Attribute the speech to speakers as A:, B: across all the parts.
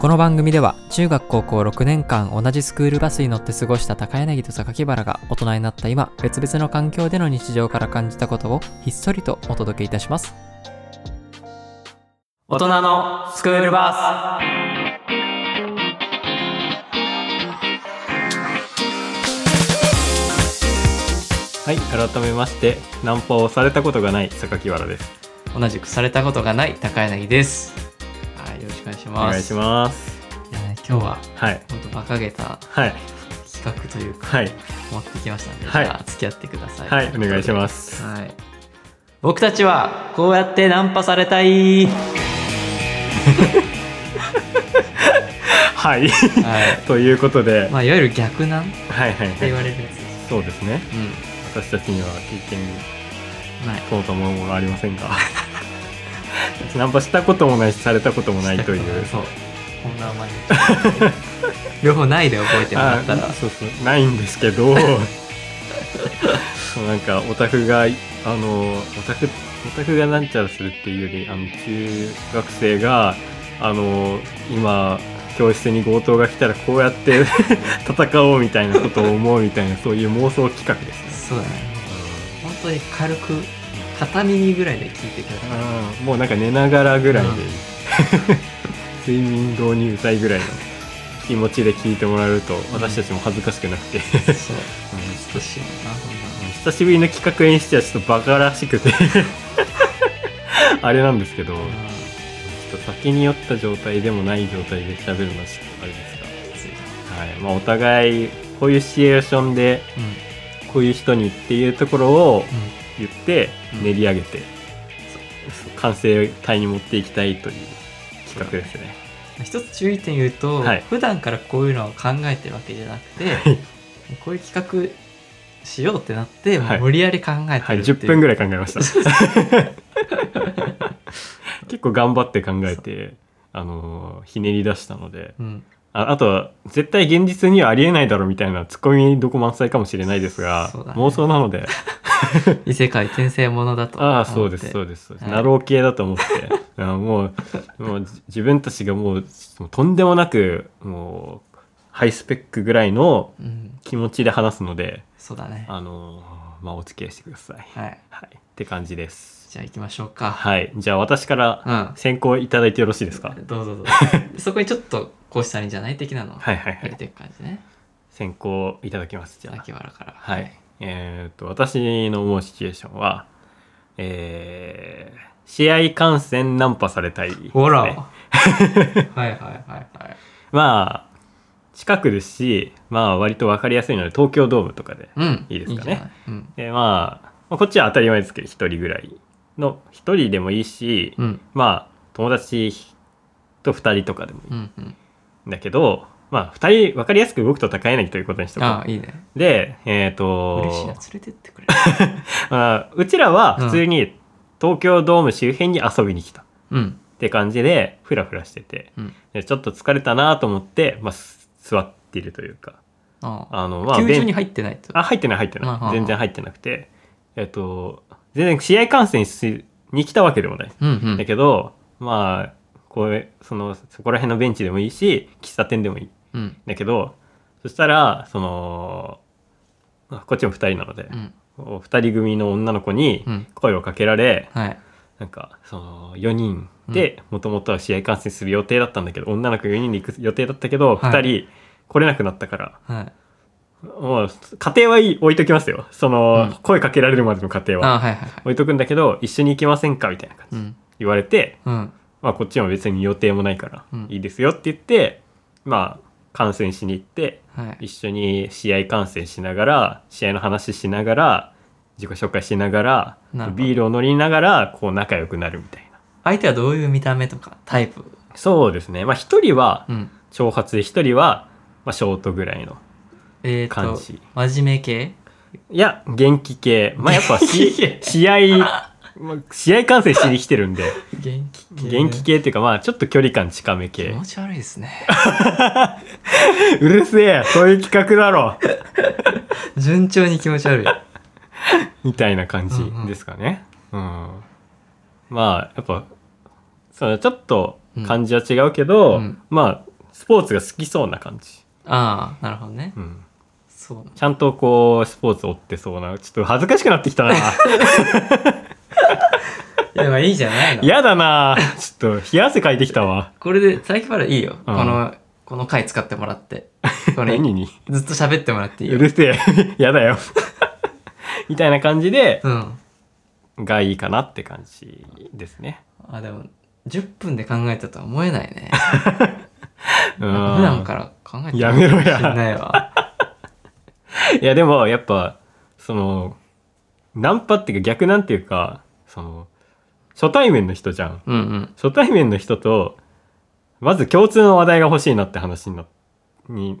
A: この番組では中学高校6年間同じスクールバスに乗って過ごした高柳と榊原が大人になった今別々の環境での日常から感じたことをひっそりとお届けいたします大人のスクールバ
B: はい、改めまして、ナンパをされたことがない榊原です。
A: ス同じくされたことがない高柳ですはいよろしくお願いし
B: お
A: ます
B: 願いします。
A: いやね今日は
B: はい、
A: 本当馬鹿げた
B: はい、
A: 企画というか
B: はい、
A: 持ってきましたので、
B: はい
A: じゃあ付き合ってください
B: はい、お願いします。
A: はい。僕たちはこうやってナンパされたい。はい。
B: はい、 ということで、
A: まあいわゆる逆ナンって
B: はい、はい、
A: 言
B: は
A: わ
B: い。
A: れるやつです。
B: そうですね。
A: う
B: 私たちには経験、
A: ん。ない。
B: そうと思うものはありません が。ナンパしたこともないし、されたこともないという。
A: そう。こんな甘い。両方ないで覚えてもらったら。
B: あそうそうないんですけど そうなんかオタクがあのオタクオタクがなんちゃらするっていうよりあの中学生があの今教室に強盗が来たらこうやって 戦おうみたいなことを思うみたいなそういう妄想企画ですね。
A: そうだね。本当に軽く片耳ぐらいで聞いてください。
B: うんもうなんか寝ながらぐらいで、
A: うん
B: 睡眠導入剤ぐらいの気持ちで聞いてもらえると私たちも恥ずかしくなくて、うん
A: そう。少しようなこんなの
B: 久しぶりの企画演出はちょっとバカらしくて あれなんですけどち
A: う
B: ょ
A: ん
B: っと先に酔った状態でもない状態で喋るのはちょっとあれです
A: きつい
B: が、はいまあ、お互いこういうシチュエーションで
A: うんうん
B: こういう人にっていうところを言って
A: うん
B: 練り上げて、そう完成体に持っていきたいという企画ですね
A: 一つ注意点言うと、
B: はい
A: 普段からこういうのを考えてるわけじゃなくて、
B: い
A: こういう企画しようってなって、
B: はい
A: もう無理やり考え
B: は
A: て
B: い
A: るっていう、
B: 10分ぐらい考えまし た 結構頑張って考えてあのーひねり出したので
A: うん、
B: ああとは絶対現実にはありえないだろみたいなツッコミどこ満載かもしれないですが、
A: そうだね
B: 妄想なの で
A: 異世界転生ものだと
B: ああそうですそ
A: 思っ
B: うです、
A: はい
B: ナロー系だと思って あーもうもうじ自分たちがもうもうとんでもなくもうハイスペックぐらいの
A: てうん、
B: 気持ちで話すので
A: そうだね
B: あのーまあお付き合いしてください、はい
A: はい
B: って感じです
A: じゃあ行きましょうか、
B: はいじゃあ私から先行いただいてよろしいですか、
A: うんどうぞどうぞそこにちょっとこうしたらいいんじゃない的なのを
B: はいはいは
A: 入れ
B: い
A: ていく感じね
B: 先行いただきますじゃあ
A: 秋原から
B: はい。えーっと、私の思うシチュエーションは、えー試合観戦ナンパされたい、
A: ほら、
B: ですね
A: はいはいはいはい
B: まあ、近くですし、まあ、割と分かりやすいので、東京ドームとかで。
A: うん
B: いいですかね
A: じゃないうん
B: で、まあ、まあこっちは当たり前ですけど、一人ぐらいの、一人でもいいし、
A: うん
B: まあ、友達と二人とかでもい
A: う
B: い
A: んうん
B: んだけど、まあ、二人分かりやすく動くと高柳ということにしとこ
A: あ
B: う。
A: あいいね
B: で、えーっと、
A: 嬉しいな連れてってくれる
B: あーうちらは普通に東京ドーム周辺に遊びに来たっ
A: うん
B: て感じでフラフラしてて
A: うん
B: でちょっと疲れたなと思って、まあ、す座っているというか
A: ああ
B: あの、まあ、
A: 球場
B: ベン
A: に入ってないと
B: あ入ってない入って
A: うんうんう
B: なんい全然入ってなくてえっと全然試合観戦しに来たわけでもない
A: うんうん
B: だけどまあこういうそのそこら辺のベンチでもいいし喫茶店でもいい
A: うん
B: だけどそしたらそのまあこっちも2人なので
A: う、ん
B: お二人組の女の子に
A: うん
B: 声をかけられ、
A: はい
B: なんかその4人でもともとは試合観戦する予定だったんだけど、女の子4人で行く予定だったけ
A: は
B: ど
A: い
B: 2人来れなくなったから、
A: はい
B: もう家庭はいい置いときますよその、
A: うん
B: 声かけられるまでの過程
A: あ
B: は
A: はいはいはい
B: 置いとくんだけど一緒に行きませんかみたいな感
A: う
B: じ、
A: ん
B: 言われて、
A: うん
B: まあ、こっちも別に予定もないから、
A: うん
B: いいですよって言ってまあ観戦しに行って
A: はい
B: 一緒に試合観戦しながら試合の話しながら自己紹介しながら
A: なるほど
B: ビールを飲みながらこう仲良くなるみたいな。
A: 相手はどういう見た目とかタイプ
B: そうですね。まあ、一人は
A: うん
B: 長髪で、一人は、まあ、ショートぐらいの。
A: えっ、
B: 感
A: と
B: じ
A: 真面目系
B: いや、元気系。まあ、やっぱ
A: 元
B: し、
A: 気系
B: 試合、まあ試合観戦しに来てるんで、
A: 元気系
B: 元気系っていうか、まあ、ちょっと距離感近め
A: 気
B: 系。
A: 持ち悪いですね
B: うるせえそういう企画だろ
A: 順調に気持ち悪い
B: みたいな感じ
A: うんうん
B: ですかね。うん、まあ、やっぱ、そのちょっと感じは違うけど、
A: うん
B: まあ、スポーツが好きそうな感じ。
A: ああ、なるほどね。
B: うん。
A: そう。
B: ちゃんとこう、スポーツ追ってそうな。ちょっと恥ずかしくなってき たな。
A: いや、まあいいじゃないの。
B: 嫌だな。ちょっと、冷や汗かいてきたわ。
A: これで、佐伯原いいよ。この、この回使ってもらって。これ、
B: 何に
A: ずっと喋ってもらっていいうよ。
B: るせえ。 嫌だよ。みたいな感じで、
A: うん。
B: がいいかなって感じですね。
A: あ、でも、10分で考えたとは思えないね。
B: うん。
A: 普段から考えて
B: やめろや
A: 知んないわ。
B: いやでもやっぱそのナンパっていうか逆なんていうかその初対面の人じゃん
A: うんうん。
B: 初対面の人とまず共通の話題が欲しいなって話になに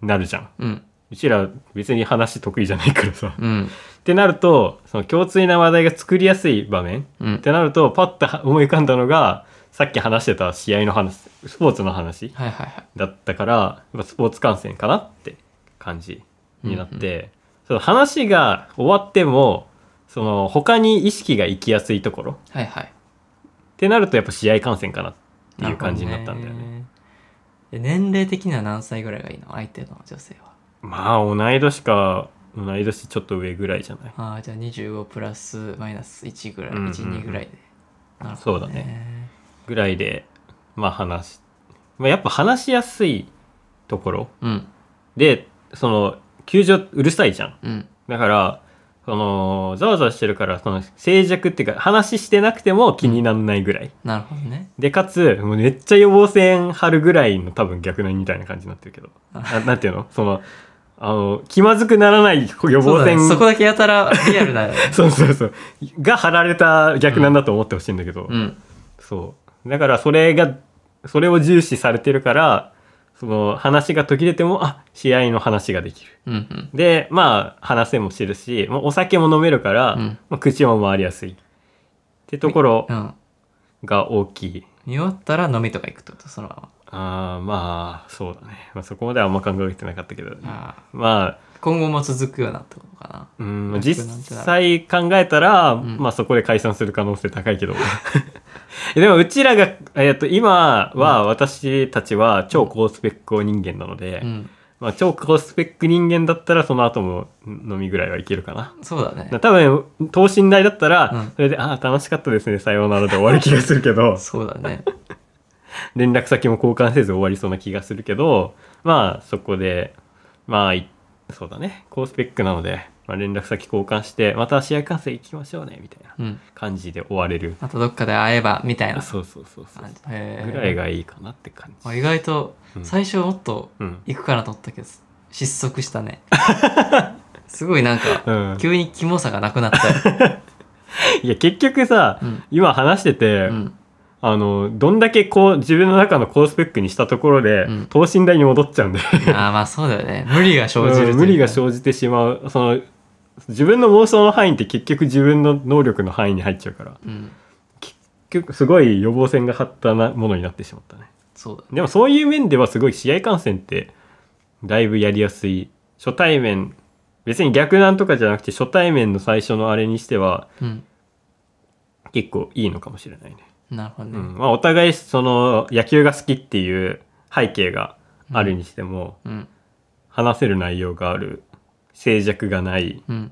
B: なるじゃん
A: うん。
B: うちら別に話得意じゃないからさ
A: うん。
B: ってなるとその共通な話題が作りやすい場面
A: うん
B: ってなるとパッと思い浮かんだのがさっき話してた試合の話スポーツの話
A: はいはいはい。
B: だったからやっぱスポーツ観戦かなって感じになって、
A: うんう
B: その話が終わってもその他に意識が行きやすいところ
A: はいはい。
B: ってなるとやっぱ試合観戦かなって
A: ないる
B: う
A: ほど
B: 感じになったんだよね。
A: え年齢的には何歳ぐらいがいいの相手の女性は。
B: まあ同い年か同い年ちょっと上ぐらいじゃない
A: ああ、じゃあ25プラスマイナス1ぐらい、
B: うんうんうん
A: 1、2ぐらいで。なるほ
B: そう
A: ど
B: だね
A: ね。
B: ぐらいでまあ話し、まあ、やっぱ話しやすいところ
A: うん。
B: でその球場うるさいじゃん
A: うん。
B: だからそのざわざわしてるからその静寂っていうか話してなくても気にならないぐらい、
A: なるほどね。
B: で、かつ、もうめっちゃ予防線張るぐらいの多分逆なみたいな感じになってるけど。ななんていうのその、あの、気まずくならない予
A: そう
B: 防
A: だね
B: 線。
A: そこだけやたらリアルだよね。
B: そうそうそうが張られた逆なんだと思ってほしいんだけど。
A: うん。
B: そう。だからそれが、それを重視されてるから、その話が途切れても、あ、試合の話ができる。
A: うんうん。
B: で、まあ、話せもしてるし、もうお酒も飲めるから、
A: うん
B: まあ口も回りやすい。ってところ
A: うん。
B: が大きい。
A: 見終わったら飲みとか行くってこと、そのまま。
B: ああまあそうだね、まあ、そこまではあんま考えてなかったけど、
A: あ
B: まあ
A: あ今後も続くようなってことか
B: うんまあ
A: なく
B: 実
A: なってな
B: 際考えたら、
A: ん
B: まあそこで解散する可能性高いけど でもうちらが、えっと今は私たちは超高スペック人間なので、
A: な。うん。
B: まあ、超高スペック人間だったらその後も飲みぐらいはいけるかな。
A: そうだね
B: だ。から多分等身大だったら、
A: うん
B: それで「ああ楽しかったですねさようなら」で終わる気がするけ ど
A: そうだね。
B: 連絡先も交換せず終わりそうな気がするけどまあそこでまあいそうだね高スペックなので、まあ、連絡先交換してまた試合観戦行きましょうねみたいな
A: うん。
B: 感じで終われる
A: またどっかで会えば、みたいな
B: そうそうそうそう
A: 感じ。へえ
B: ぐらいがいいかなって感
A: あ
B: じ
A: 意外と
B: うん
A: 最初もっと
B: うん、
A: 行くかなと思ったけど、失速した ねすごいなんか
B: う ん、
A: 急にキモさがなくなった よ、
B: いや結局さ、
A: うん
B: 今話してて、
A: うん、
B: あのどんだけこう自分の中の高スペックにしたところで、
A: うん
B: 等身大に戻っちゃうんで
A: あーまあそうだよね無理が生じるといううんか
B: 無理が生じてしまうその自分の妄想の範囲って結局自分の能力の範囲に入っちゃうから
A: うん
B: 結局すごい予防線が張ったなものになってしまったね
A: そうだ
B: でもそういう面ではすごい試合観戦ってだいぶやりやすい初対面別に逆なんとかじゃなくて初対面の最初のあれにしては
A: うん
B: 結構いいのかもしれないね、
A: なるほど
B: う
A: ね、
B: んまあ、お互いその野球が好きっていう背景があるにしても、
A: うん、うん
B: 話せる内容がある静寂がない
A: うん
B: っ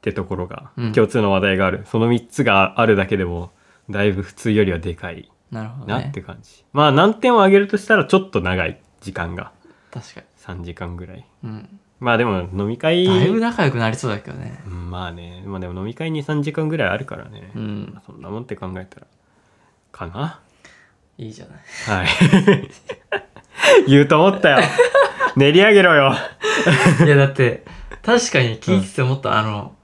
B: てところが、
A: うん
B: 共通の話題があるその3つがあるだけでもだいぶ普通よりはでかい
A: なるほど
B: なっ
A: ね
B: て感じ、まあ難点を上げるとしたらちょっと長い時間が
A: 確かに
B: 3時間ぐらい
A: うん、
B: まあでも飲み会
A: だいぶ仲良くなりそうだけどね
B: うんまあねまあでも飲み会に3時間ぐらいあるからね、
A: うん
B: まあそんなもんって考えたらかない
A: いじゃ ない
B: はい言うと思ったよ練り上げろよ
A: いやだって確かに聞いててもっとあの、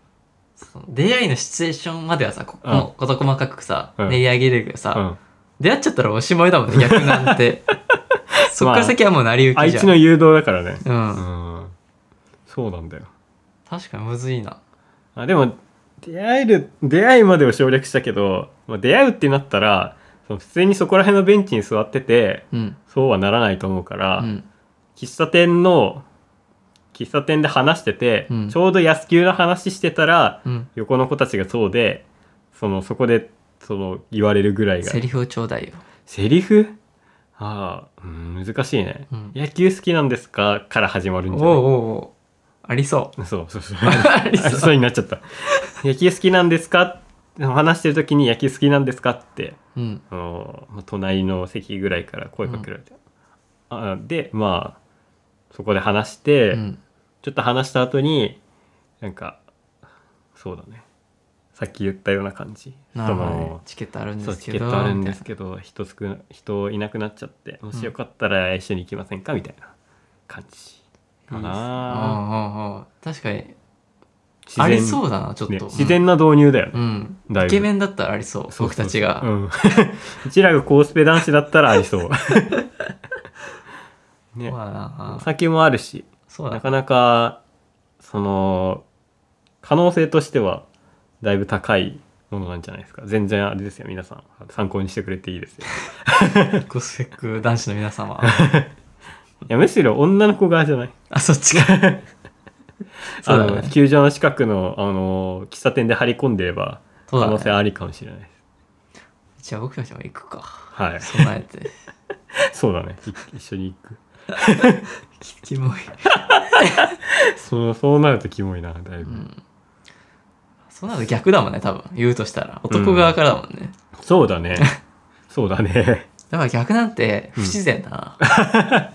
A: その出会いのシチュエーションまではさこ、
B: うん
A: もう事細かくさ、
B: うん
A: 練り上げれるけどさ、
B: うん
A: 出会っちゃったらおしまいだもんね逆なん てそっから先はもう成り行
B: あ
A: き
B: い
A: じゃ
B: つ
A: ん、
B: の誘導だからね
A: うん、
B: うんそうなんだよ
A: 確かにむずいな
B: あでも出会える出会いまでを省略したけど、まあ、出会うってなったらその普通にそこら辺のベンチに座ってて
A: うん
B: そうはならないと思うか
A: う
B: ら、
A: ん
B: 喫茶店の喫茶店で話してて、
A: うん
B: ちょうど安球の話してたら
A: うん
B: 横の子たちがそうでそのそこでその言われるぐらいが
A: セリフをちょうだいよ
B: セリフああ、うん、難しいね。
A: うん
B: 野球好きなんですかから始まる
A: お
B: ん
A: う
B: じゃない
A: おうおうありそ
B: そうそうそ
A: う
B: う。
A: あり
B: あ
A: そ
B: そううになっちゃった。野球好きなんですか話してる時に野球好きなんですかって、
A: うん
B: あのまあ、隣の席ぐらいから声かけられて。あで、まあ、そこで話して、
A: うん
B: ちょっと話した後に、なんか、そうだね。さっき言ったような感じ。
A: なるほど
B: そ
A: ね
B: の
A: チケットあるんで
B: そう
A: す
B: チ
A: け
B: ケ
A: ど
B: ットあるんですけど人少な人いなくなっちゃってもしよかったら一緒に行きませんかみたいな感じか
A: いいですね
B: な
A: うんうんうん確かに
B: 自然
A: ありそうだなちょっと、
B: ね自然な導入だよね
A: うん、
B: だいぶ
A: イケメンだったらありそう
B: そう
A: 僕
B: そうそう
A: たちが、
B: うん うちらがコースペ男子だったらあ りそうね
A: まあな
B: お酒もあるし
A: そう
B: な
A: だ
B: かなかその可能性としてはだいぶ高いものなんじゃないですか全然あれですよ皆さん参考にしてくれてい いですよ
A: コスペック男子の皆様
B: いやむしろ女の子側じゃない
A: あそっ ちかそ
B: あ
A: うだ
B: の
A: ね
B: 球場の近くのあの喫茶店で張り込んでれば
A: そうだ
B: 可
A: ね
B: 能性ありかもしれないです。
A: じゃあ僕たちも行くか
B: はい、
A: 備えて
B: そうだね。い一緒に行く。
A: キモい、
B: そうそうなるとキモいな、だいうぶ。
A: ん、そうなると逆だもんね多分言うとしたら男側からだもんね、
B: そう だね。そうだね。
A: だから逆なんて不自然だな、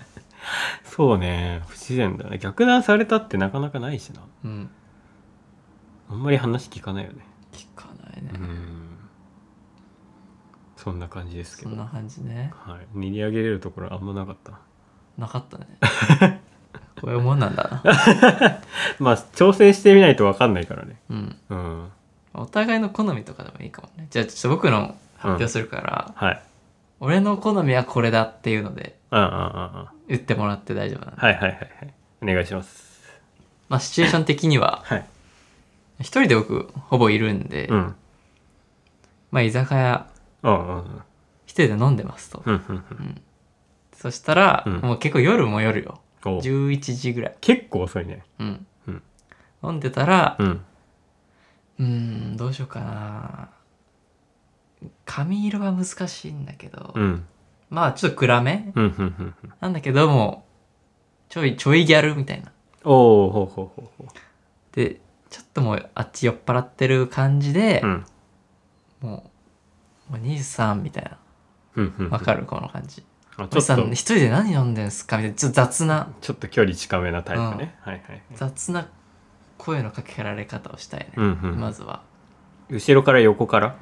B: そうね。不自然だね。逆断されたってなかなかないしな。
A: うん
B: あんまり話聞かないよね。
A: 聞かないね、
B: うん。そんな感じですけ
A: そ
B: ど。
A: んな
B: は
A: 感じね
B: い。練り上げれるところあんまなかった。
A: なかったねこういうもんなんだな、
B: まあ、挑戦してみないとわかんないからね。
A: うん、
B: うん。
A: お互いの好みとかでもいいかもねじゃあちょっと僕の発表するから、
B: はい。
A: 俺の好みはこれだっていうので
B: うんうんうんうん。
A: 言ってもらって大丈夫なの、
B: はいはいはいはい。お願いします。
A: まあシチュエーション的には
B: はい。
A: 一人で僕ほぼいるんで、
B: うん。
A: まあ居酒屋
B: うんうんうん。
A: 一人で飲んでますと、
B: うんうん
A: そしたら、
B: うん
A: もう結構夜も夜よ
B: うんお
A: 11時ぐらい、
B: 結構遅いね。
A: うん
B: うん
A: 飲んでたら
B: うん。
A: うーんどうしようかな髪色は難しいんだけど、
B: うん。
A: まあちょっと暗め
B: うんうんうんうん。
A: なんだけどもちょいちょいギャルみたいな
B: おおほうほうほうほ
A: でちょっともうあっち酔っ払ってる感じで、
B: う。うん。
A: もう、お兄さんみたいな。
B: うんうんうん。
A: わかるこの感じ。
B: あ
A: お
B: ち
A: 兄
B: ょっ
A: さ
B: と
A: ん、一人で何飲んでんすかみたいな、ちょっと雑な、
B: ちょっと距離近めなタイプね。はいはい。
A: 雑な声のかけられ方をしたいね。
B: うんうん。
A: まずは。
B: 後ろから横から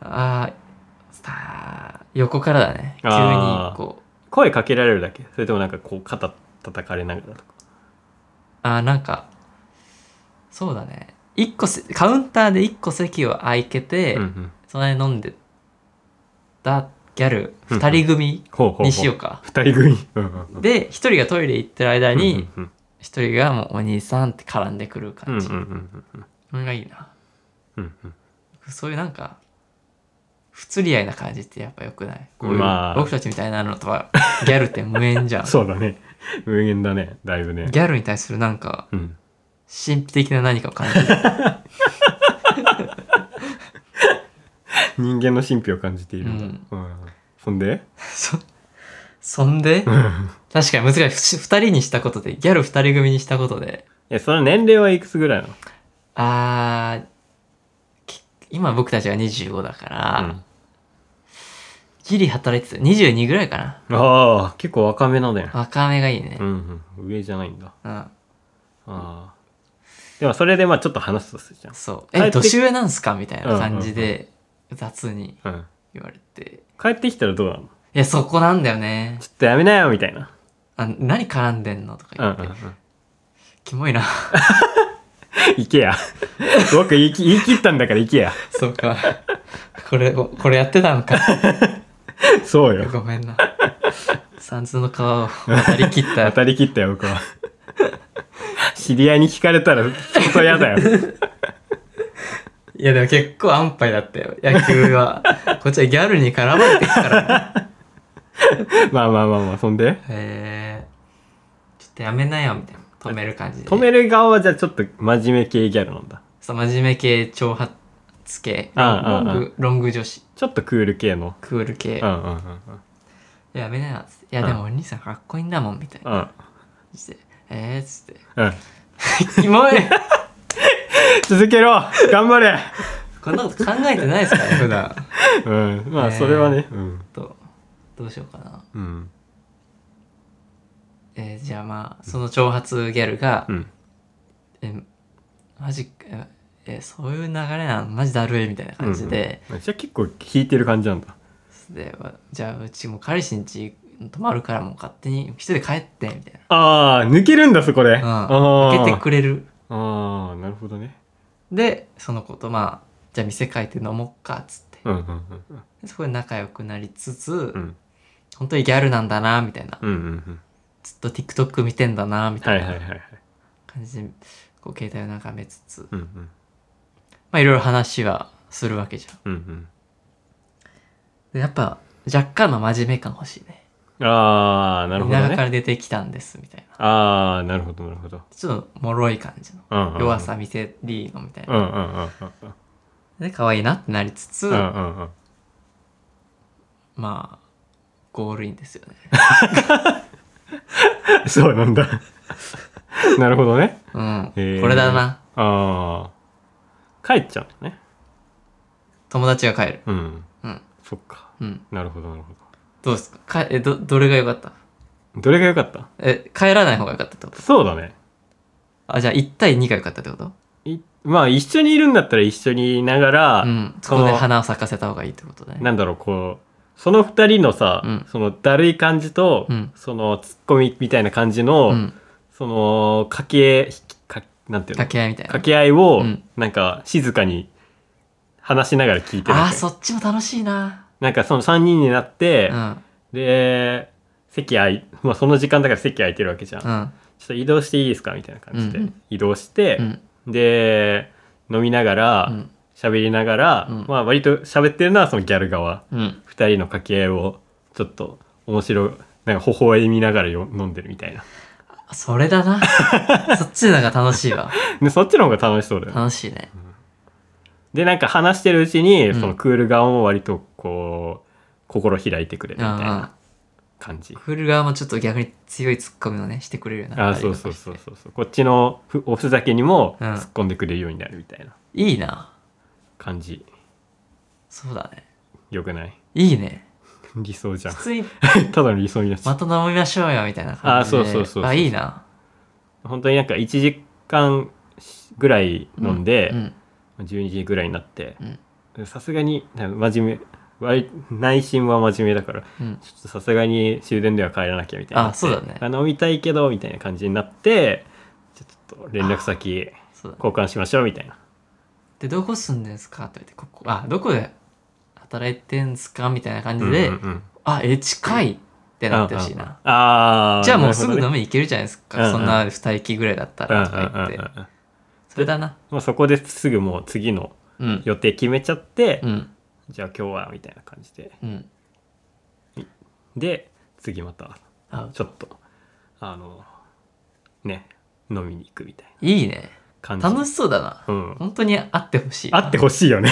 A: あーさあ、横からだね。急に
B: あー
A: こう、
B: 声かけられるだけそれともなんかこう肩叩かれながらとか。
A: あーなんか、そうだね。一個せ、カウンターで一個席を空けて、
B: うんうん。
A: その辺飲んでたギャル二人組
B: ほうほうほう。
A: にしようか。
B: 二人組。うんうんうん。
A: で、一人がトイレ行ってる間に、
B: うん
A: 一人がもうお兄さんって絡んでくる
B: うんう
A: 感
B: ん
A: じ、
B: うんうんうん
A: それがいいな
B: うんうん。
A: そういうなんか不釣り合いな感じってやっぱ良くないこういう、
B: まあ
A: 僕たちみたいなのとはギャルって無縁じゃん
B: そうだね。無限だね。だいぶね。
A: ギャルに対するなんか
B: うん。
A: 神秘的な何かを感じる
B: 人間の神秘を感じている。
A: うん
B: うん。そんで
A: そそんで確かに難しいふし二人にしたことでギャル二人組にしたことで
B: え、その年齢 はいくつぐらいなの
A: あーき今僕たちが25だから、ギリ働いてた22ぐらいかな
B: うん、ああ、結構若めなね。
A: 若めがいいね
B: う、ん、うん、上じゃないんだ。
A: うん、
B: ああ。でもそれでまあちょっと話すとするじゃ
A: そう。
B: 帰っ
A: え、
B: て
A: 年上なんすかみたいな感じで、雑に
B: ん。うん。
A: 言われて。
B: 帰ってきたらどうなの
A: いや、そこなんだよね
B: ち。ょっとやめなよみたいな。
A: あ何絡んでんのとか
B: うん
A: 言
B: う
A: って。
B: んうん。
A: キモいな。
B: 行けや。僕言いき言い切ったんだから行けや。
A: そうか。これ、おこれやってたの か。
B: そうよ。
A: ごめんな。サンズの川を渡り切った
B: 当。たり切ったよ、僕は。知り合いに聞かれたら相当嫌だよ。
A: いや、でも結構安牌だったよ。野球 は。こっちはギャルに絡まれてきたから、ね。
B: まあまあまあまあ、そんで。
A: へえ。ちょっとやめなよ、みたいな。止める感じで。
B: 止める側はじゃあちょっと真面目系ギャルなんだ。
A: そう真面目系、挑発系、
B: ああ
A: ロン
B: ああ
A: グ、ロング女子、
B: ちょっとクール系の。
A: クール系。
B: うんうんうんうん。
A: やめなよ」っつって「いやでもお兄さんかっこいいんだもん」みたいな
B: うん。
A: つって「えー」っ つって
B: うん。
A: 「キモい!」
B: 続けろ頑張れ
A: こんなこと考えてないですからね普段
B: うん。まあ、
A: ねえ
B: それはね。うん。
A: とどうしようかな
B: うん。
A: えーじゃあまあその挑発ギャルが
B: うん。
A: 「えマジええそういう流れなのマジだるい」みたいな感じで、
B: うん。じゃあ結構引いてる感じなんだ。
A: でわじゃあうちもう彼氏ん家泊まるからもう勝手に一人で帰ってみたい
B: ああ、抜けるんだ、そこで。
A: な、
B: あ
A: うん、
B: あ。
A: 開けてくれる
B: ああ、なるほどね。
A: でその子とまあじゃあ店帰って飲もっかっつって
B: うんうんうん
A: でそこで仲良くなりつつ、
B: うん。うん
A: 本当にギャルなんだなみたいな
B: うんうん
A: ずっと TikTok 見てんだなみ
B: うん。は
A: た
B: い
A: い
B: はいはい
A: な
B: はい。
A: 感じでこう携帯を眺めつつ、
B: うんうん
A: まあいろいろ話はするわけじゃん
B: うん
A: でやっぱ若干の真面目感欲しいね
B: うん。ああ、なるほど
A: 田舎か
B: ね。
A: ら出てきたんですみたいな
B: ああ、なるほどなるほど。
A: ちょっと脆い感じの
B: うんうんうん
A: 弱さ見せりーのみたい
B: うんう
A: なん
B: うんうんうん。
A: で可愛いなってなりつつ、
B: うんうんうん。
A: まあゴールインですよね
B: そうなんだ。 なるほどね。
A: うんこ
B: へー
A: れだな
B: ああ。帰っちゃうのね。
A: 友達が帰る
B: うん。
A: うん
B: そっか。
A: うん
B: なるほどなるほ
A: どうですかかえどどれが良かった
B: ど。どれが良かった
A: え帰らない方が良かったってこと
B: そうだね。
A: あじゃあ1対2が良かったってこと
B: いまあ一緒にいるんだったら一緒にいながら、
A: うんそ
B: その
A: こで花を咲かせた方がいいってことだね
B: なんだろうこうその二人のさ、
A: うん
B: そのだるい感じと、
A: うん
B: そのツッコミみたいな感じの、
A: うん
B: その掛けかなんていうの
A: 掛け合いみたいな
B: 掛け合いを、
A: うん
B: なんか静かに話しながら聞いてる
A: あ
B: わ
A: あ
B: け
A: そっちも楽しいな
B: なんかその3人になっ
A: う
B: て、
A: ん
B: で席空い、まあ、その時間だから席空いてるわけじゃん、
A: う
B: ちょ
A: ん
B: っと移動していいですかみたいな感じで、
A: うんうん
B: 移動して
A: う、ん
B: で飲みなが
A: う
B: ら
A: ん
B: 喋、りながら、
A: うん
B: まあ割と喋ってるのはそのギャル側
A: うん
B: 二人の掛け合いをちょっと面白いなんか微笑みながらよ飲んでるみたいな
A: それだなそっちの方が楽しいわ
B: でそっちの方が楽しそうだよね
A: 楽しいね
B: でなんか話してるうちに、
A: うん
B: そのクール側も割とこう心開いてくれるみたい
A: あ
B: な感じ
A: あクール側もちょっと逆に強いツッコミをねしてくれるような
B: ああそうそうそうそうそうこっちのふおふざけにも
A: うん
B: 突っ込んでくれるようになるみたいな
A: いういな
B: 感じ
A: そうだね
B: よくない
A: いいね
B: 理 想じゃん
A: 普通に
B: ただの理想になっちゃ
A: ま
B: う
A: た飲みましょうよみたいな感じで
B: あそうそうそうそう
A: あいいな
B: 本当になんか1時間ぐらい飲んで、
A: うん
B: 12時ぐらいになって
A: うん
B: さすがになんか真面目割内心は真面目だから
A: うん
B: ちょっとさすがに終電では帰らなきゃみたいな
A: あそうだね
B: あ飲みたいけどみたいな感じになってじゃあちょっと連絡先
A: そうだね
B: 交換しましょうみたいな
A: でどこ住んでんすかって言ってここあどこで働いてんすかみたいな感じで、
B: うんうんうん
A: あえ近いってなってほしいな、
B: ああ
A: じゃあもうすぐ飲
B: み
A: みに行けるじゃないですか、
B: うんうん
A: そんな二駅ぐらいだったらとか言って、それだな
B: まあそこですぐもう次の
A: うん
B: 予定決めちゃって
A: うん
B: じゃあ今日はみたいな感じで
A: うん
B: で次また
A: あ
B: ちょっとあのね飲みに行くみたいない
A: いね
B: 感じ
A: 楽しそうだな
B: うん
A: 本当に会ってほしい
B: あって
A: ほ
B: ほしいよね。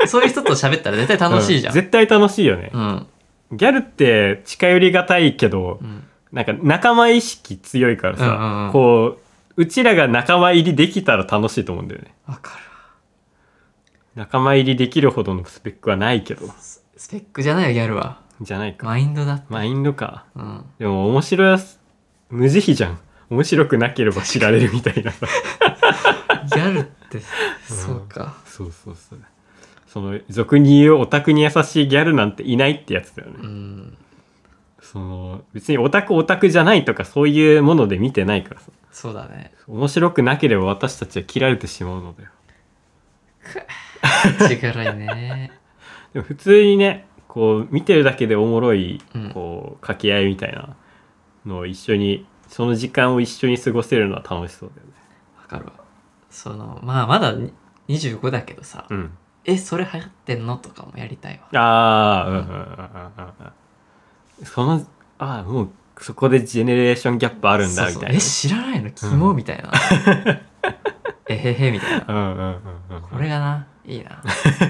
A: うん、そういう人と喋ったら絶対楽しいじゃん、
B: う
A: うん
B: 絶対楽しいよね。
A: ん
B: ギャルって近寄りがたいけど
A: う、ん
B: なんか仲間意識強いからさ、
A: うんうんうん
B: こう、うちらが仲間入りできたら楽しいと思うんだよね。
A: わかる
B: 仲間入りできるほどのスペックはないけど、
A: ススペックじゃないよギャルは
B: じゃないか。
A: マインドだって、
B: マインドか。
A: うん、
B: でも面白い、無慈悲じゃん。面白くなければ知られるみたいなさ。
A: ギャルって そうか
B: そうそうそう。その、俗に言うオタクに優しいギャルなんていないってやつだよね。
A: うん
B: その、別にオタクオタクじゃないとかそういうもので見てないからさ。
A: そうだ ね
B: 面白くなければ私たちは切られてしまうのだよ
A: 力いね
B: でも普通にねこう見てるだけでおもろい
A: うん
B: こう掛け合いみたいなのを一緒にその時間を一緒に過ごせるのは楽しそうだよね
A: わかるわそのまあまだに25だけどさ、
B: うん
A: えそれ流行ってんのとかもやりたいわ
B: ああうんうんうんうんうんうんそのああもうそこでジェネレーションギャップあるんだみ
A: そうそう
B: たいな
A: え知らないのキモ、みたいなえへへみたいな
B: うんうんうんうん
A: これがないいな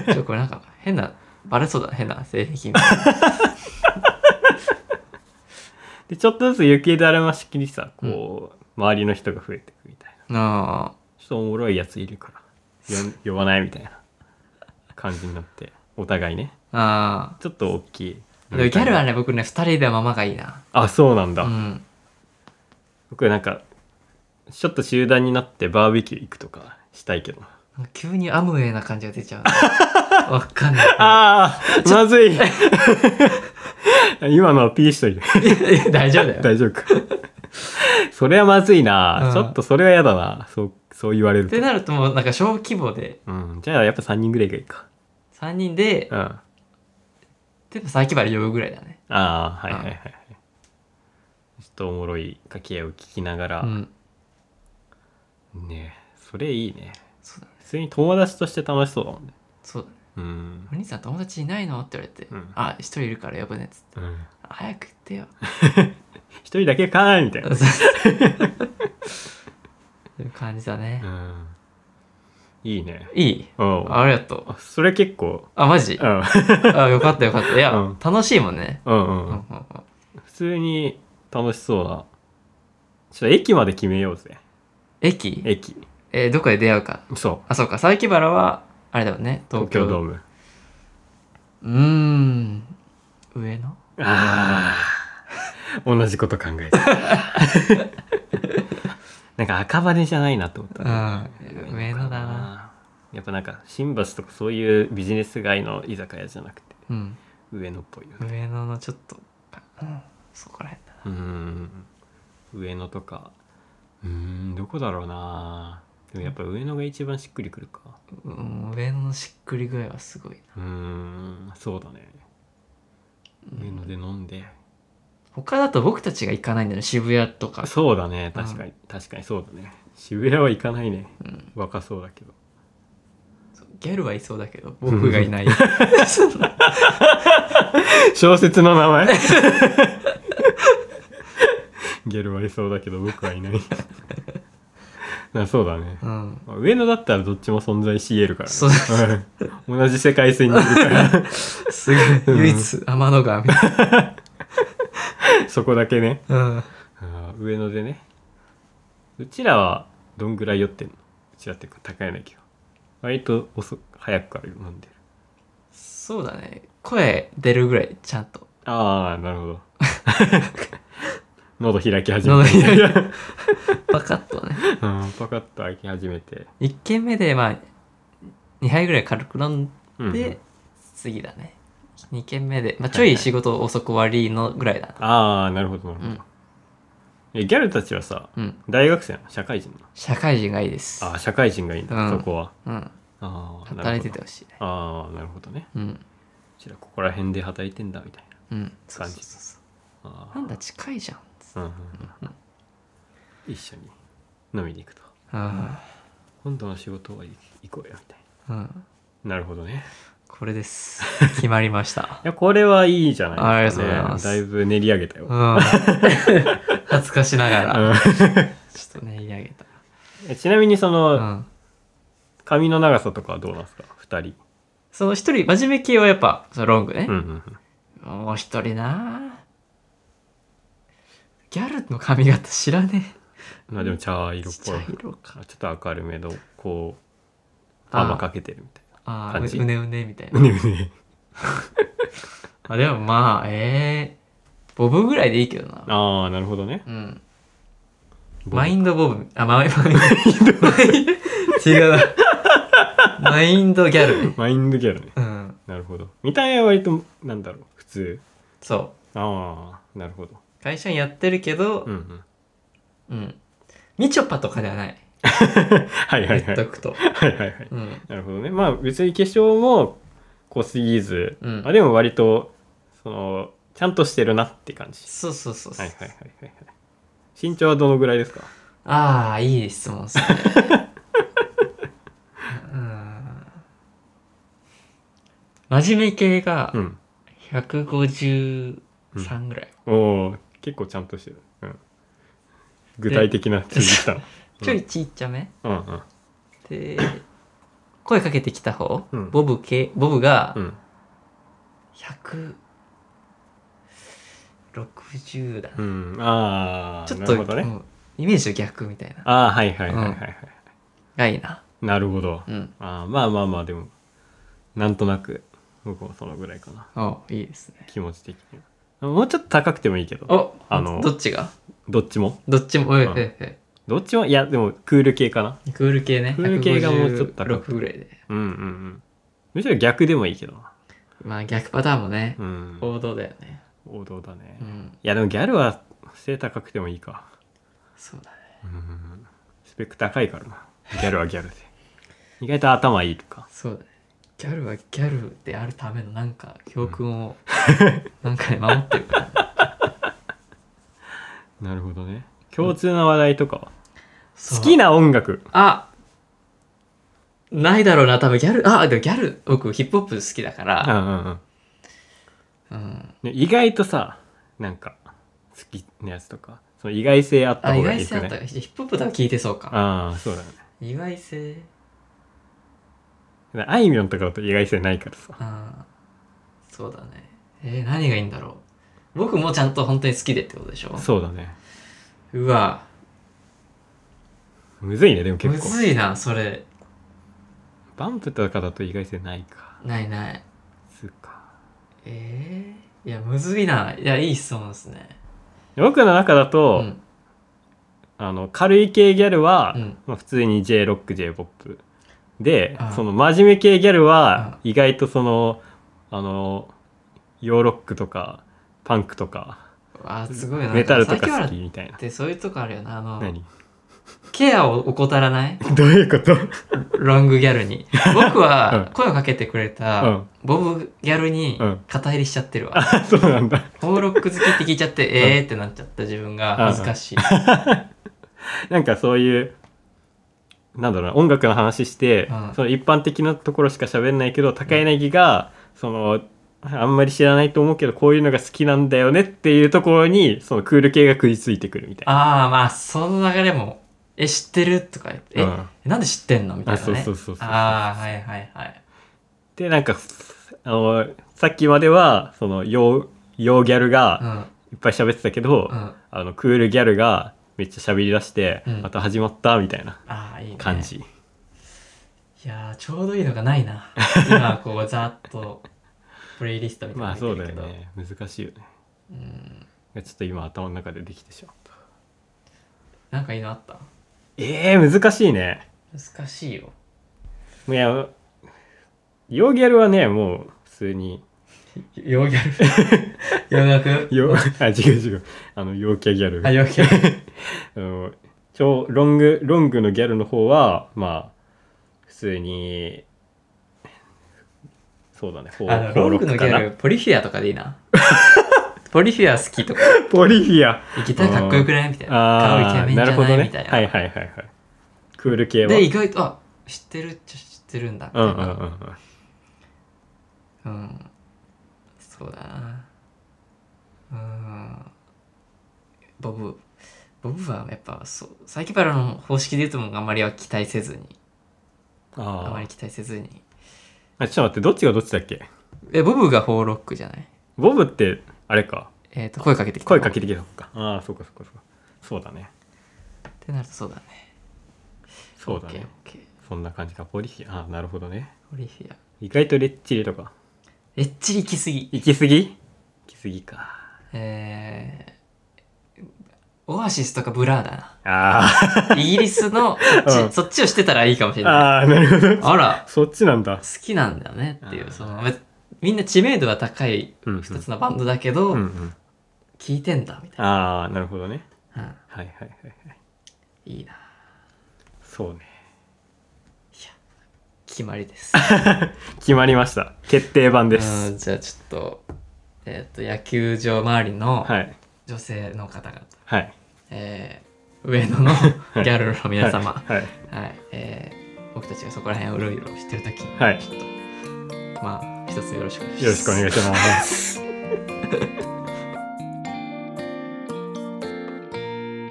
A: ちょっとこれなんか変なバレそうだな変な性癖みたいな
B: でちょっとずつ雪だるま式にさこう、周りの人が増えてくみたいな
A: なあ
B: ちょっとおもろいやついるか らよん呼ばないみたいな感じになってお互いね
A: あ
B: ちょっと大きい
A: あでもギャルはね僕ね二人ではままがいいな
B: あそうなん
A: う
B: だ、
A: ん
B: 僕なんかちょっと集団になってバーベキュー行くとかしたいけど
A: 急にアムウェイな感じが出ちゃう なわかんない
B: ああ まずい今のはピーしといて
A: いや大丈夫だよ
B: 大丈夫かそれはまずいな、
A: うん
B: ちょっとそれは嫌だなそうそう言われる
A: っ
B: と
A: てなるともうなんか小規模で
B: うん、じゃあやっぱ3人ぐらいがいいか
A: 3人で
B: うんあ
A: でも先まで呼ぶぐらいだね
B: あはいはいはいはいちょっとおもろい掛け合いを聞きながら
A: う、ん
B: ねえそれいいね
A: そうだね
B: 普通に友達として楽しそうだもんね
A: そうだね
B: うん
A: お兄さん友達いないのって言われて「
B: うん
A: あ一人いるから呼ぶね」っつって
B: うん
A: 「早く言って よ
B: 一人だけかーいみたい」な
A: そういう感じだね、
B: うんいいね
A: いい
B: うん
A: ありがとう
B: あそれ結構
A: あマジ
B: うん
A: あよかったよかったいや、
B: うん
A: 楽しいもんね、
B: うん
A: う
B: うん
A: う
B: んうんん 普通に楽しそうなちょっと駅まで決めようぜ
A: 駅え
B: 駅
A: ーどこで出会うか
B: そ
A: あそうか佐伯原はあれだよね
B: う
A: 東
B: 東
A: 京
B: 京ドーム
A: うーん上野
B: ああ同じこと考 えてたなんか赤羽じゃないなと思ったな
A: うん上野だな
B: やっぱなんか新橋とかそういうビジネス街の居酒屋じゃなくて
A: うん
B: 上野っぽいよね
A: 上野のちょっと、うん、そこら辺だな
B: うん上野とかうんどこだろうなでもやっぱ上野が一番しっくりくるか
A: うん上野のしっくり具合はすごいな
B: うんそうだね
A: うん
B: 上野で飲んで、
A: 他だと僕たちが行かないんだよね渋谷とか
B: そうだね確かに、確かにそうだね渋谷は行かないね
A: うん
B: 若そうだけど
A: そうギャルはいそうだけど僕がい ないそんな
B: 小説の名前ゲルはいそうだけど僕はいないなそうだね
A: うん
B: まあ上野だったらどっちも存在し得るから、ね、
A: そう
B: うん同じ世界線にいるから
A: すごい唯一天の川みたい
B: そこだけね
A: な、うん、
B: あー上野でねうちらはどんぐらい酔ってんのうちらっていうか高柳は割と遅く早くから飲んでる
A: そうだね声出るぐらいちゃんと
B: ああなるほど 喉開き始
A: 喉
B: め
A: 開き
B: て、 うん、
A: パカッとね
B: パカッと開き始めて、
A: 1軒目でまあ2杯ぐらい軽く飲ん
B: うん
A: で、次だね2軒目で、まあ、ちょい仕事遅く終わりのぐらいだな、
B: ああなるほどなるほど、えギャルたちはさ
A: うん
B: 大学生なの社会人なの
A: 社会人がいいです
B: ああ社会人がいいんだ、
A: うん
B: そこは
A: うん
B: ああ
A: 働いててほしいね
B: ああなるほどね
A: うん
B: うちらここら辺で働いてんだみたいな
A: うん
B: そうそう
A: そう
B: ああ
A: なんだ近いじゃん
B: うんうんうん一緒に飲みに行くと
A: うん
B: 今度の仕事は行こうよみたい
A: うん
B: ななるほどね
A: これです 決まりました
B: いやこれはいいじゃないですか、ね、
A: ありがとうございます
B: だいぶ練り上げたよ、
A: うん恥ずかしながら
B: うん
A: ちょっとね言い上げた
B: え ちなみにそうの
A: ん
B: 髪の長さとかはどうなんですか2人
A: その一人真面目系はやっぱそのロングね
B: うんうんうん
A: もう一人なギャルの髪型知らね
B: まあでも茶
A: え
B: 色っぽ
A: 茶
B: い
A: 色か
B: あちょっと明るめのこう
A: あー
B: 甘かけてるみたい
A: ああ
B: 感
A: う
B: じ
A: うねうねみたい
B: な
A: な
B: うねうね
A: あでもまあええボブぐらいでいいけどな
B: ああなるほどね
A: うん
B: ボブ
A: マインドボブあマイマインド違うなマインドギャルね
B: マインドギャルね
A: うん
B: なるほど見た目は割となんだろう普通
A: そ
B: ああなるほど
A: う会社員やってるけど
B: うんうん
A: うんみちょぱとかではない
B: はいは
A: 言
B: いは
A: っ
B: い
A: とくと
B: はいはいはい
A: うん
B: なるほどねまあ別に化粧も濃すぎず、
A: うん
B: まあでも割とそのちゃんとしてるなって感じ
A: そうそうそうそ
B: は
A: う
B: いはいはいはいはい身長はどのぐらいですか
A: ああいい質問ですねうん真面目系が
B: うん
A: 153ぐらい、
B: おお結構ちゃんとしてる、うん、具体的な数字きたのうん
A: ちょいちっちゃめ
B: うんうん
A: で声かけてきた方、
B: うん
A: ボブ系ボブが
B: うん
A: 100 60だな
B: うん、ああ、
A: ちょっ
B: な
A: と、
B: るほど
A: う
B: ね。
A: んイメージと逆みたいな
B: ああ、はいはいはいはいはい。
A: がいいな
B: なるほど。
A: うん
B: あーまあまあまあ、でも、なんとなく、僕もそのぐらいかな。
A: おいいですね
B: 気持ち的には。もうちょっと高くてもいいけど、
A: お
B: あの
A: どっちが
B: どっちも。
A: どっちもおい
B: うん
A: おいお
B: どっちも、いや、でも、クール系かな。
A: いクール系ね
B: クール系がもうちょっと
A: 6ぐらいで
B: うんうんうん。むしろ逆でもいいけどな。
A: まあ逆パターンもね
B: うん。
A: 王道だよね
B: 王道だね。
A: う
B: い
A: ん
B: や、でもギャルは背高くてもいいか。
A: そうだね
B: うん。スペック高いからな。ギャルはギャルで。意外と頭いいか。
A: そうだねギャルはギャルであるためのなんか教訓 をなんかね守ってるから
B: なるほどね。共通な話題とかは、好き
A: な
B: な音楽。
A: あないだろうな多分ギャルあでもギャル僕ヒップホップ好きだか
B: うん
A: ら、
B: うんうん。
A: うん、
B: ね意外とさなんか好きなやつとかその意外性あった
A: あ
B: 方
A: 意
B: が
A: 外
B: いいです
A: 性あった
B: ね
A: かヒップホップ多分聞いてそうか
B: ああそうだね
A: 意外性
B: あいみょんとかだと意外性ないからさ
A: うんそうだねえー、何がいいんだろう僕もちゃんと本当に好きでってことでしょ
B: そうだね
A: うわ
B: むずいねでも
A: む
B: 結構
A: ずいなそれ
B: バンプとかだと意外性ないか
A: ないない
B: つうか
A: えー、いやむずいないやいい質問ですね
B: 僕の中だ
A: う
B: と、
A: ん
B: あの軽い系ギャルは、
A: うん
B: まあ、普通に J ロック J ポップで
A: ああ
B: その真面目系ギャルは意外とそのあのヨーロックとかパンクとか
A: わあすごいな
B: メタルと
A: 最近
B: か
A: は
B: 好きみたいな
A: でそういうとこあるよなあの
B: 何
A: ケアを怠らない
B: どういうこと
A: ロングギャルに僕
B: う
A: は
B: ん
A: 声をかけてくれ
B: う
A: た
B: ん
A: ボブギャルに
B: うん
A: 肩入りしちゃってるわ
B: そうなんだ
A: ホーロック好きって聞いちゃ ってえーってなっちゃった自分が恥ずかしい
B: なんかそういうなんだろうな音楽の話して、
A: うん
B: その一般的なところしか喋んないけど高柳が、そのあんまり知らないと思うけどこういうのが好きなんだよねっていうところにそのクール系が食いついてくるみたいな。
A: ああまあその流れも「え知ってる?」とか言って「え、
B: うん
A: なんで知ってんの?」みたいな、ね、
B: あそうそうそうそう
A: ああはいはいはい
B: でなんかあのさっきまではその洋洋ギャル
A: う
B: が
A: ん
B: いっぱい喋ってたけど、
A: うんあ
B: あのクールギャルがめっちゃ喋りだして、
A: うん
B: また始まったみたいな
A: あーいいね
B: 感じ。
A: いやーちょうどいいのがない な今こうざーっとプレイリストみたいな
B: ま
A: の
B: あ
A: 見て
B: そう
A: る
B: だ
A: け
B: よ
A: ど
B: ね難しいよね。
A: うん
B: ちょっと今頭の中でできてしまう。
A: なんかいいのあった
B: えー、難しいね。
A: 難しいよ
B: いや、洋ギャルはね、もう普通に、
A: 洋ギャル 洋楽
B: 洋あ、違う違う、あの、陽キャギャル。
A: あ洋ギャル
B: あの超ロング、ロングのギャルの方は、まあ、普通に、そうだね、フォ
A: あ
B: ー
A: の
B: フォ
A: ロ
B: ー
A: ン
B: ロッ
A: グの
B: ク
A: ギ
B: かな
A: ャルポリフィアとかでいいなポリフィア好きとか
B: ポリフィア。
A: ギターかっこよくないみたいな顔イ
B: あ
A: ケメ
B: ー、
A: ンじ
B: なる
A: ゃ
B: ほ
A: な
B: ど
A: い
B: ね。
A: みたいな
B: はいはいはいはい。クール系は。
A: で意外とあ知ってるっちゃ知ってるんだみた
B: うんうん
A: い
B: うんう。
A: なんうん、そうだなうんボブボブはやっぱそうサイキパラの方式で言うともうあんまりは期待せずにあ
B: あ
A: まり
B: ー
A: 期待せずに
B: あ。ちょっと待って、どっちがどっちだっけ
A: えボブがホーロックじゃない
B: ボブって、あれか。
A: えっ、と声かけてきた
B: 声かけ
A: て
B: てきたのか。ああ、そうかそうかそうか。そうだね。
A: ってなるとそうだね
B: そうだね。
A: オッケーオッケー
B: そんな感じか。ポリフィア。ああ、なるほどね。
A: ポリフィア
B: 意外とレッチリとか。
A: えっちりきすぎ
B: 行き過ぎ行き過ぎか。
A: えーオアシスとかブラーだ
B: あ
A: なイギリスのそっち,、
B: うん
A: そっちをしてたらいいかもしれ
B: あ、
A: ない
B: ああ、なるほど。
A: あら
B: そっちなんだ
A: 好。きなんだよねってい
B: あ
A: う
B: ー
A: そのみんな知名度は高い
B: うん、うん。
A: 2つのバンドだけど、
B: うんうん。
A: 聞いてんだみたい
B: ああ、なるほどね。
A: な、
B: はいはいはいはい。
A: うん、いいな
B: そうね。
A: 決まりです
B: 決まりました。決定版で
A: う
B: す。
A: んじゃあちょっと,、えっと野球場周りの
B: はい。
A: 女性の方々、
B: はい。
A: えー上野のギャルの皆様は
B: はい。はい
A: い、えー僕たちがそこら辺をうろうろしてる時に、
B: はい
A: ちょっとまあ一つよろしくお願いします
B: よろしくお願いします。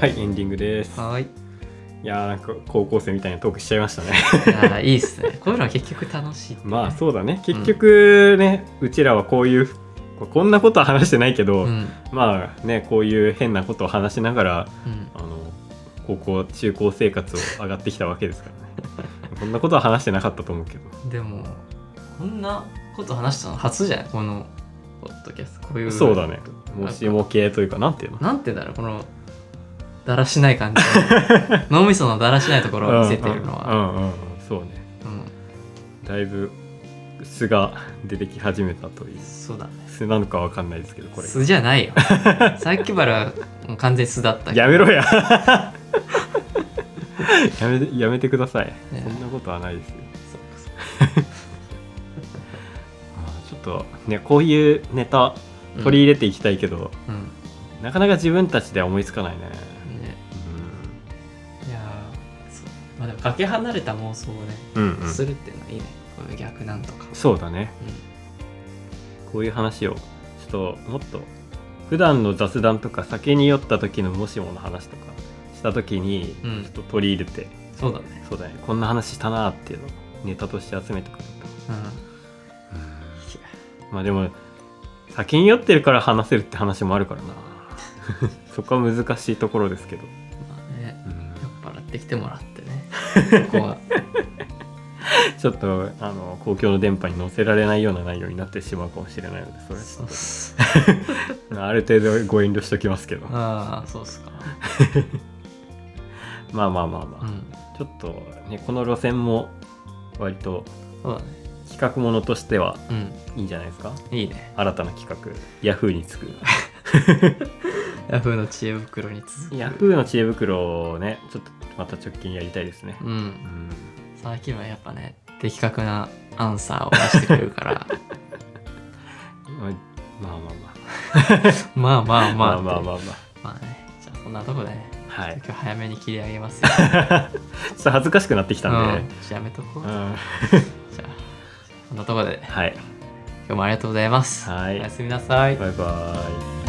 B: はい、エンディングです。
A: はーい
B: いやーなんか高校生みたいなトークしちゃいましたね。
A: いやーいいっすねこういうのは結局楽しいっていうね、
B: まあそうだね結局ね、うちらはこういうまあこんなことは話してないけど、
A: うん
B: まあねこういう変なことを話しながら
A: うん
B: あの高校中高生活を上がってきたわけで すからねこんなことは話してなかったと思うけど
A: でもこんなこと話したの初じゃないこのポッドキャストこういう
B: そうだねもしも系というかなんていうの
A: なんて言うんだろうこのだらしない感じ 脳みそのだらしないところを見せてるのは、
B: うんうんうんうんそうね
A: うん
B: だいぶ素が出てき始めたという
A: そうだ
B: 素なのかわかんないですけどこれ
A: 素じゃない よさっきからもう完全に素だったけど
B: やめろや やめてやめてください、
A: ね
B: そんなことはないですよ
A: そうかそう
B: あーちょっとねこういうネタ
A: か
B: 取り入れていきたいけど、
A: うん、
B: なかなか自分たちでは思いつかないね、
A: うんねいやーそうまあでもかけ離れた妄想をね、
B: うん、うんうん
A: するっていうのはいいねこういう逆なんとか、
B: そうだね
A: う
B: こういう話をちょっともっと普段の雑談とか酒に酔った時のもしもの話とかした時にち
A: う
B: ょ
A: ん
B: っと取り入れて、
A: ん、そうだね
B: そうだねこんな話したなーっていうのをネタとして集めてくる
A: うん
B: まあでも先に酔ってるから話せるって話もあるからな そこは難しいところですけど、
A: まあね酔っ払ってきてもらって ねここは
B: ちょっとあの公共の電波に載せられないような内容になってしまうかもしれないのでそれはち
A: そ
B: ょ
A: う
B: っ
A: っす
B: とある程度ご遠慮しときますけどま
A: ああそうっすか
B: あまあまあまあ、
A: うん
B: ちょっとねこの路線も割と
A: そうだね
B: 企画ものとしては
A: う
B: いいんじゃないですか
A: んいいね
B: 新たな企画ヤフーにつ く
A: ヤフーの知恵袋に続く
B: ヤフーの知恵袋をねちょっとまた直近やりたいですね、
A: う
B: うんん
A: 最近はやっぱね的確なアンサーを出してくれるから
B: まあまあまあまあ
A: まあまあまあ
B: まあまあま
A: あ
B: あま
A: まあねじゃあそんなとこでね
B: あは
A: 今
B: い
A: 日早めに切り上げますよ、
B: ちょっと恥ずかしくなってき
A: う
B: たん
A: ん
B: で、、
A: じゃあやめとこう、
B: うん、
A: じゃ
B: は
A: あそんなとこで
B: い
A: 今日もありがとうございます
B: はい
A: おやすみなさい
B: バイバイ